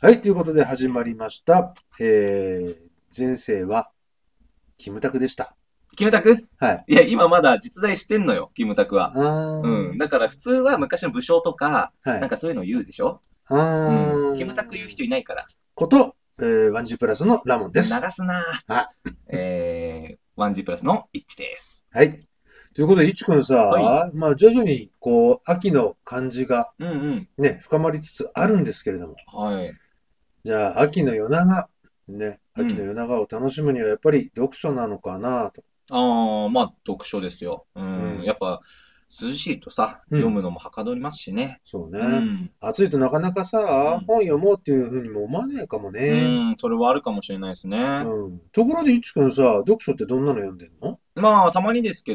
はい、ということで始まりました。えー、前世は、キムタクでした。キムタクはい。いや、今まだ実在してんのよ、キムタクあは。ー、うん。だから普通は昔の武将とか、はい。なんかそういうの言うでしょあー、うん。キムタク言う人いないから。こと、えー、ワンジープラスのラモンで流す。すなあえー、ワンジプラスの一致です。はい。ということで、いちくんさ、はまあ徐々に、こう、秋の感じがうんうん。ね、深まりつつあるんですけれども、はい。じゃあ、秋の夜長、ね、うん秋の夜長を楽しむにはやっぱり読書なのかなと。ああ、まあ、読書ですよ。うん。うんやっぱ、涼しいとさ、うん読むのもはかどりますしね。そううね。ん。暑いとなかなかさうん、本読もうっていうふうにも思わないかもうね。ん、それはあるかもしれないですね。うん。ところで、いちくんさ、読書ってどんなの読んでんのまあ、たまにですけ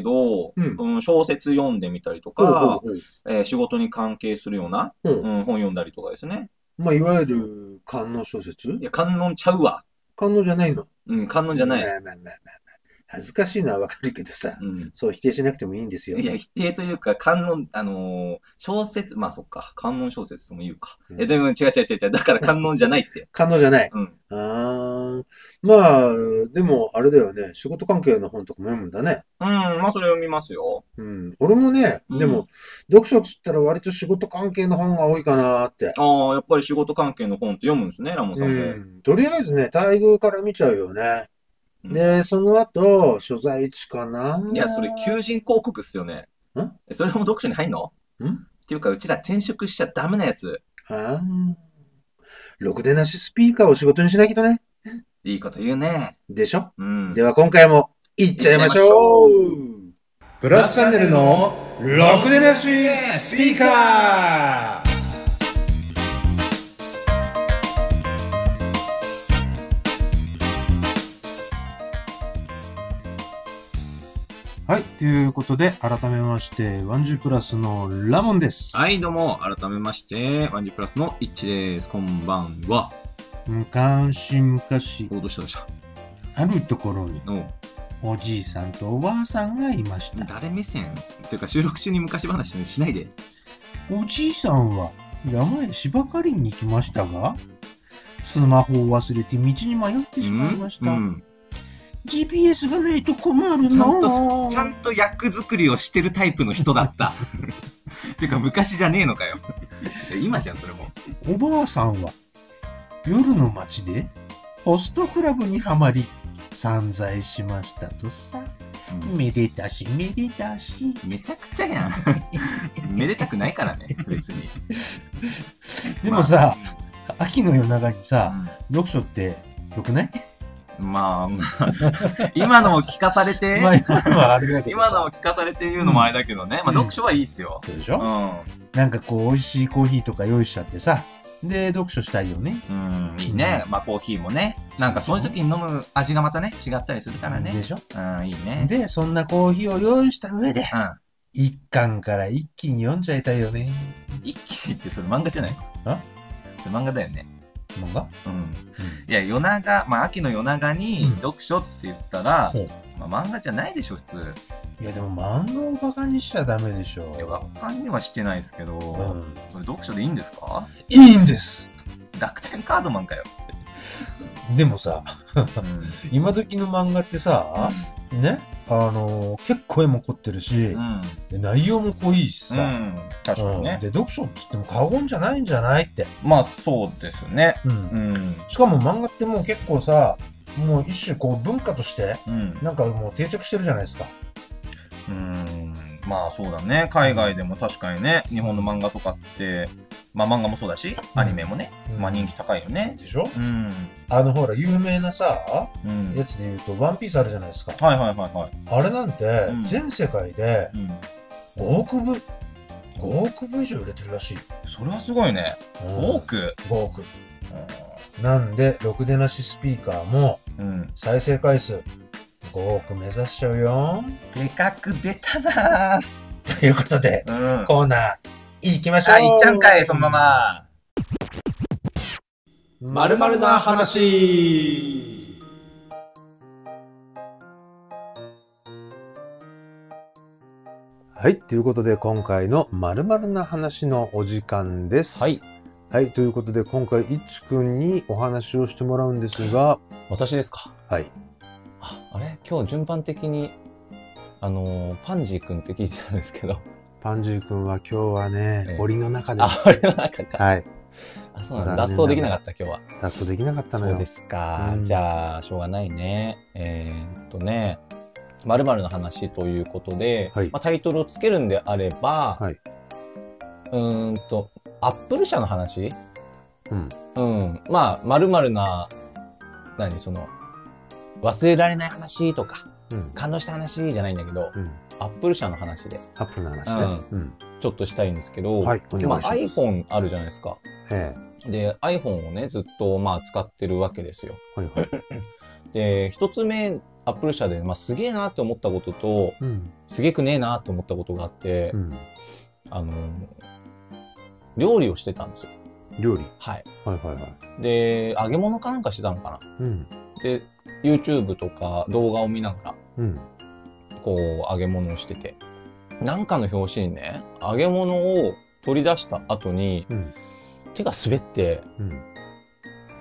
うど、んうん小説読んでみたりとほうほか、うほうえー仕事に関係するような、ほううん、本読んだりとかですね。まあ、いわゆる、観音小説いや、観音ちゃうわ。観音じゃないのうん、観音じゃない。まあまあまあまあまあ恥ずかしいのはわかるけどさ、うん。そう否定しなくてもいいんですよ。いや、否定というか、観音、あのー小説、まあそっか、観音小説とも言うか。うんえ、でも違う違う違う違う、だから観音じゃないって。感動じゃない。うん。あーまあ、でも、あれだよね。仕事関係の本とかも読むんだね。うん、まあそれ読みますよ。うん。俺もね、うんでも、読書っつったら割と仕事関係の本が多いかなって。ああ、やっぱり仕事関係の本って読むんですね、ラモンさうんも。ん。とりあえずね、待遇から見ちゃうよね。うんで、その後、所在地かないや、それ求人広告っすよね。んえそれも読書に入んのんっていうか、うちら転職しちゃダメなやつ。あーろくでなしスピーカーを仕事にしないとね。いいこと言うね。でしょうん。では今回もいっちゃいましょうプラスチャンネルのろくでなしスピーカーはい、ということで改めましてワンジュプラスのラモンです。はい、どうも、改めまして、ワンジプラスのイッチです。こんばんは。昔昔お、どうしたどうしたあるところにおおじいさんとおばあさんがいました。誰目線っていうか、収録中に昔話しないで。おじいさんは山へ芝刈りに行きましたがスマホを忘れて道に迷ってしまいました。うん、 GPS がないと困るの。ちゃんとちゃんと役作りをしてるタイプの人だった。 っていうか、昔じゃねえのかよ。今じゃん、それも。おばあさんは夜の街でホストクラブにはまり散財しましたとさめでたしめでたしめちゃくちゃやん。 めでたくないからね、別に。でもさ、秋の夜長にさま読書ってよくないあ、うんまあ、まあ今のを聞かさ れて、まあ今のはあれだけど今さのを聞かされて言うのもあれだけどね、まあ、うん読書はいいっすよ。そうでしうょ、ん。なんかこう美味しいコーヒーとか用意しちゃってさで読書したいよねうん、いいね。まあ、コーヒーもね。なんか、そういう時に飲む味がまたね、違ったりするからでね。しょうん、いいね。でそんなコーヒーを用意した上でうん。一巻から一気に読んじゃいたいよね一気にって、それ漫画じゃないあそれ漫画だよね。漫画うん。いや、夜長、まあ、秋の夜長にうん読書って言ったらほう、まあ、漫画じゃないでしょ、普通。いやでも漫画をバカにしちゃダメでしょいや、学館にはしてないですけど、うんそれ読書でいいんですかいいんです楽天カードマンかよ。でもさうん。今時の漫画ってさねあのー結構絵も凝ってるしう、ん。で内容も濃いしうさ、ん。確かうにんね。で読書っつっても過言じゃないんじゃないって、まあ、そうですね。うんうん。しかも漫画ってもう結構さもう一種こう文化としてうん。なんかもう定着してるじゃないですかうーんまあそうだね海外でも確かにね日本の漫画とかってまあ漫画もそうだしアニメもね、うんまあ人気高いよねでしょうん、あのほら有名なさうん、やつで言うと「ワンピースあるじゃないですかはいはいはいはあれなんてうん全世界でい、うん、 5億部5億部以上売れてるらしいそれはすごいね5億5億なんで、ろくでなしスピーカーもうん再生回数5億目指しちゃうよ。でかく出たなーということで、うんコーナー、行きましょう。あいっちゃうんかいそのまままるまるな話はい、ということで、今回のまるまるな話のお時間です。はい。はい、ということで今回、いっちくんにお話をしてもらうんですが、私ですかはい。ああれ今日順番的にあのーパンジーくんって聞いてたんですけどパンジーくんは今日はね、ええ檻の中であす。俺の中か、はい。あそうな残念んながだら脱走できなかった今日は脱走できなかったのそうよで。すか、うんじゃあしょうがないねえーっとね「まるの話」ということで、はいまあ、タイトルをつけるんであれば、はいうーんとアップル社の話うん。うんまあまるな何その忘れられない話とかうん。感動した話じゃないんだけどうん。アップル社の話でアップルの話ね。うん。ちょっとしたいんですけど、はいお願いしままあ、す iPhone あるじゃないですか。えで、iPhone をね、ずっとまあ使ってるわけですよ。え。はいはい。で、一つ目、Apple 社で、まあ、すげえなって思ったことと、うん。すげくねえなって思ったことがあって、うん。あの、料理をしてたんですよ。料理。はい。はいはいはい。で、揚げ物かなんかしてたのかな。うん。で、YouTube とか動画を見ながうん。ら、こう、揚げ物をしてて、なんかの表紙にね、揚げ物を取り出した後に、うん手が滑って、うん。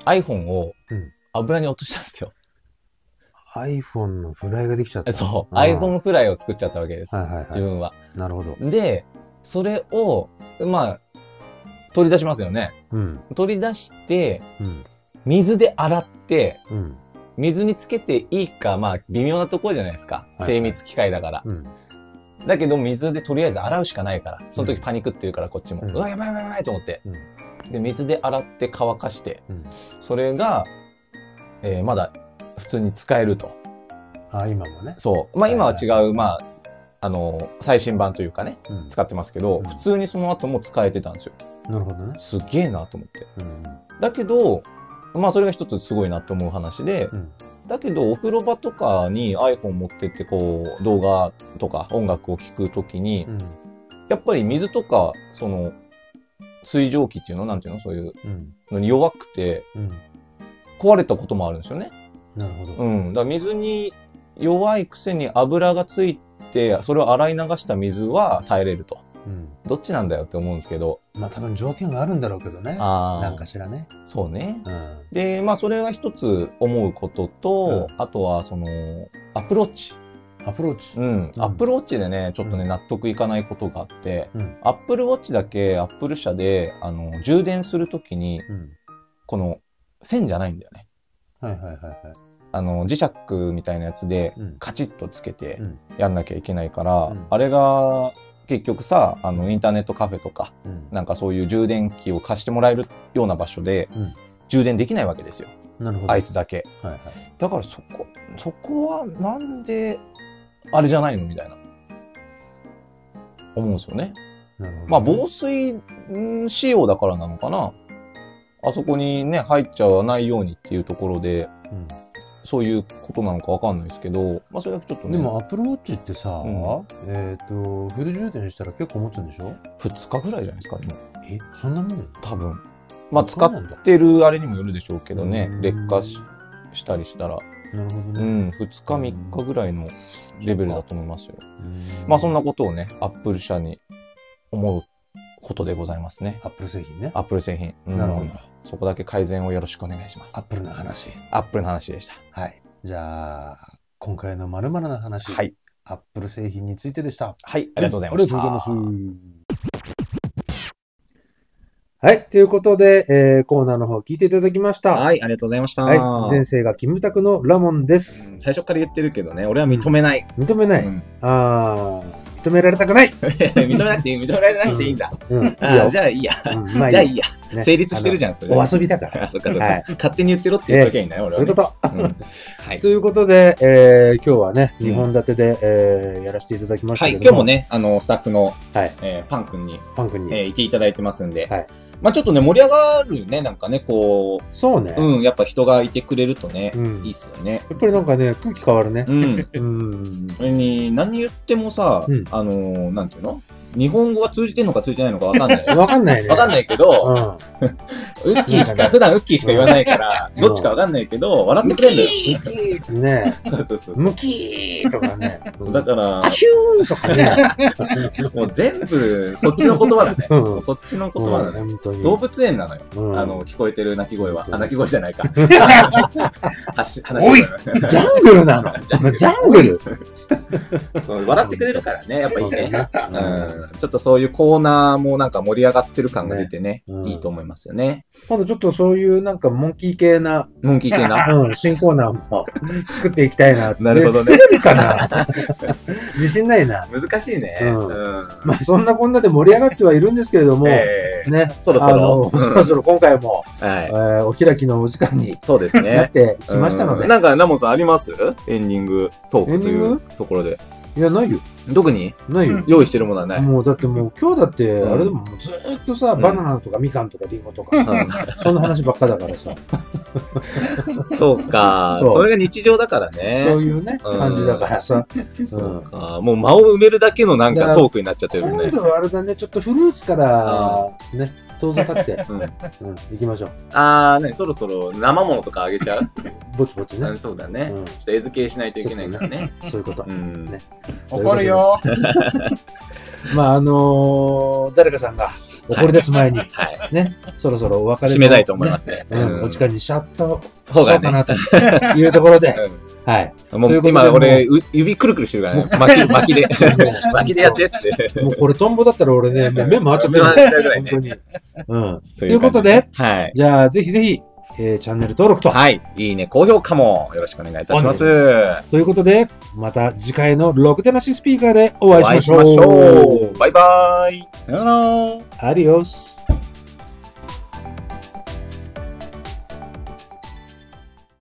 iPhone をうん油に落としたんですよ。 iPhone のフライができちゃった。そう。あー iPhone フライを作っちゃったわけです。はいはい自は分は。い。なるほど。で、それを、まあ、取り出しますよね。うん。取り出して、うん。水で洗って、うん。水につけていいか、まあ、微妙なところじゃないですか。はい精密機械だから。うん。だけど、水でとりあえず洗うしかないから。そのう時んパニックってるから、こっちも。ううんわ、やばいやばいやばいと思って。うんで、水で洗って乾かして、うんそれが、えーまだ普通に使えると。あ、今のね。そう。まあはい今はいは違う、まあ、あの、最新版というかね、うん。使ってますけど、うん普通にその後も使えてたんですよ。なるほどね。すげえなと思って。うん。だけど、まあそれが一つすごいなと思う話で、うんだけどお風呂場とかに iPhone 持ってってこう動画とか音楽を聴くときに、うん。やっぱり水とか、その、水蒸気っていうのなんていうのそういううん。のに弱くてうん。壊れたこともあるんですよね。なるほど。うん、だから水に弱いくせに油がついてそれを洗い流した水は耐えれるとうん。どっちなんだよって思うんですけどまあ多分条件があるんだろうけどね。あーなんかしらね。そうねうん。でまあそれが一つ思うことと、あとはそのアプローチアプローチう。ん、うんアップルウォッチでねちょっとね、うん納得いかないことがあって、うんアップルウォッチだけアップル社であの充電するときにうん。この線じゃないんだよねはいはいはいはい。あの磁石みたいなやつでうん。カチッとつけてうんやんなきゃいけないから、うんあれが結局さあのインターネットカフェとかうん。なんかそういう充電器を貸してもらえるような場所で、うん充電できないわけですよなるほど。あいつだけはいはい。だからそこそこはなんであれじゃないのみたいな思うんですよねなるほどね。まあ防水ん仕様だからなのかなあそこにね入っちゃわないようにっていうところでうんそういうことなのかわかんないですけど、まあ、それだけちょっとねでもアプローチってさ、うんえっ、とフル充電したら結構持つんでしょ2日ぐらいじゃないですかでもえそんなもん多分まあそ使うっなんだてるあれにもよるでしょうけどねうん劣化ししたりしたら、なるほどね、うん、2日3日ぐらいのレベルだと思いますようんまあそんなことをねアップル社に思うことでございますねアップル製品ねアップル製品、うんなるほどそこだけ改善をよろしくお願いしますアップルの話アップルの話でしたはいじゃあ今回のまるの話、はいアップル製品についてでしたはいあありがとうございました、ありがとうございますはい。ということで、えーコーナーの方聞いていただきました。はい、ありがとうございました。はい。前世がキムタクのラモンです。最初から言ってるけどね、俺は認めない。認めない。うん あー、認められたくない。認めなくていい、認められなくていいんだ。うん。いいよあじゃあいいや。うんまあいいじゃあいいや。ね成立してるじゃん、それ。お遊びだから。あ、そっかそっか。はい勝手に言ってろって言っときゃいいんだよ、俺そはういうね。こと。うんはいと。いうことで、えー今日はね、うん2本立てで、えーやらせていただきましたはい、けど、今日も。ね、あの、スタッフの、はいえーパン君に、パン君に。えーいていただいてますんで、はいまあちょっとね、盛り上がるね、なんかね、こそうね、う、うん、やっぱ人がいてくれるとねう、んいいっすよね。やっぱりなんかね、空気変わるね う。ん。うん。それに、何言ってもさ、うんあのーなんていうの日本語が通じてんのか通じてないのかわ かんない。わかんないね。わかんない。ないけど、うん。ウッキーしか、普段ウッキーしか言わないから、どっちかわかんないけど、笑ってくれるんだよ。ねそうそうそうえ、そうむきーとかね。だからあ、ひゅーんとかね。もう全部、そっちの言葉だね。うん。そっちの言葉だね。本当に。動物園なのよ。うんあの、聞こえてる鳴き声は。あ、鳴き声じゃない か。 はし話おいしてジャングルなの。ジャン グルジャングル。るそう笑ってくれるからね、やっぱいいね。うんうんちょっとそういうコーナーもなんか盛り上がってる感が出てね、ねうんいいと思いますよね。今度ちょっとそういうなんかモンキー系な、モンキー系な。 うん、新コーナーも作っていきたいな。なるほどねで作れるかな 自信ないな。 難しいね。うんうんまあそんなこんなで盛り上がってはいるんですけれども、ええね。そろそあの、ろ。うそんろそろ今回も、はえい。ーお開きのお時間にそうですなっ ね。てきましたのうでん。なんか、ナモンさんありますエンディングトークとエンディいンうところで。いや、ないよ。特にないよ。用意してるものはない。もうだってもう今日だって、うんあれでももうずーっとさ、んバナナとかみかんとかりんごとか、うそんな話ばっかだから さ、んそうか。そうそれが日常だからそねう。いうね、うん感じだからさ。そうか。もう間を埋めるだけのなんだかからトークになっちゃってるよ今ね。度はあれだね、ちょっとフルーツから、ね、遠ざかって、うんうん、行きましょう。あー、ね、そろそろ生ものとかあげちゃうぼちぼちうねん。そうだね。ちうょんっと餌付けしないといけないからね。そういうことう。ん。ね怒るよ。まあ、あのー誰かさんが怒り出す前に、はい。ね、そろそろお別れの締めたいと思いますね。うん、お時間にしちゃった方方がかね。なと いうところで、 はい。うんもということうで今俺、う指くるくるしてるからね。巻き、巻きで。巻きでやってって。もうこれトンボだったら俺 ね、もう目回っちゃってる目回っちゃうぐらい本ね当 に。うん。ということで感じ。はい。じゃあ、ぜひぜひ、えーチャンネル登録と、はい。いいね。高評価もよろしくお願いいたしますお。ということで、また次回のろくでなしスピーカーでおお会いし会まいししょう。ましょう。バイバイ。さよなら。アディオス。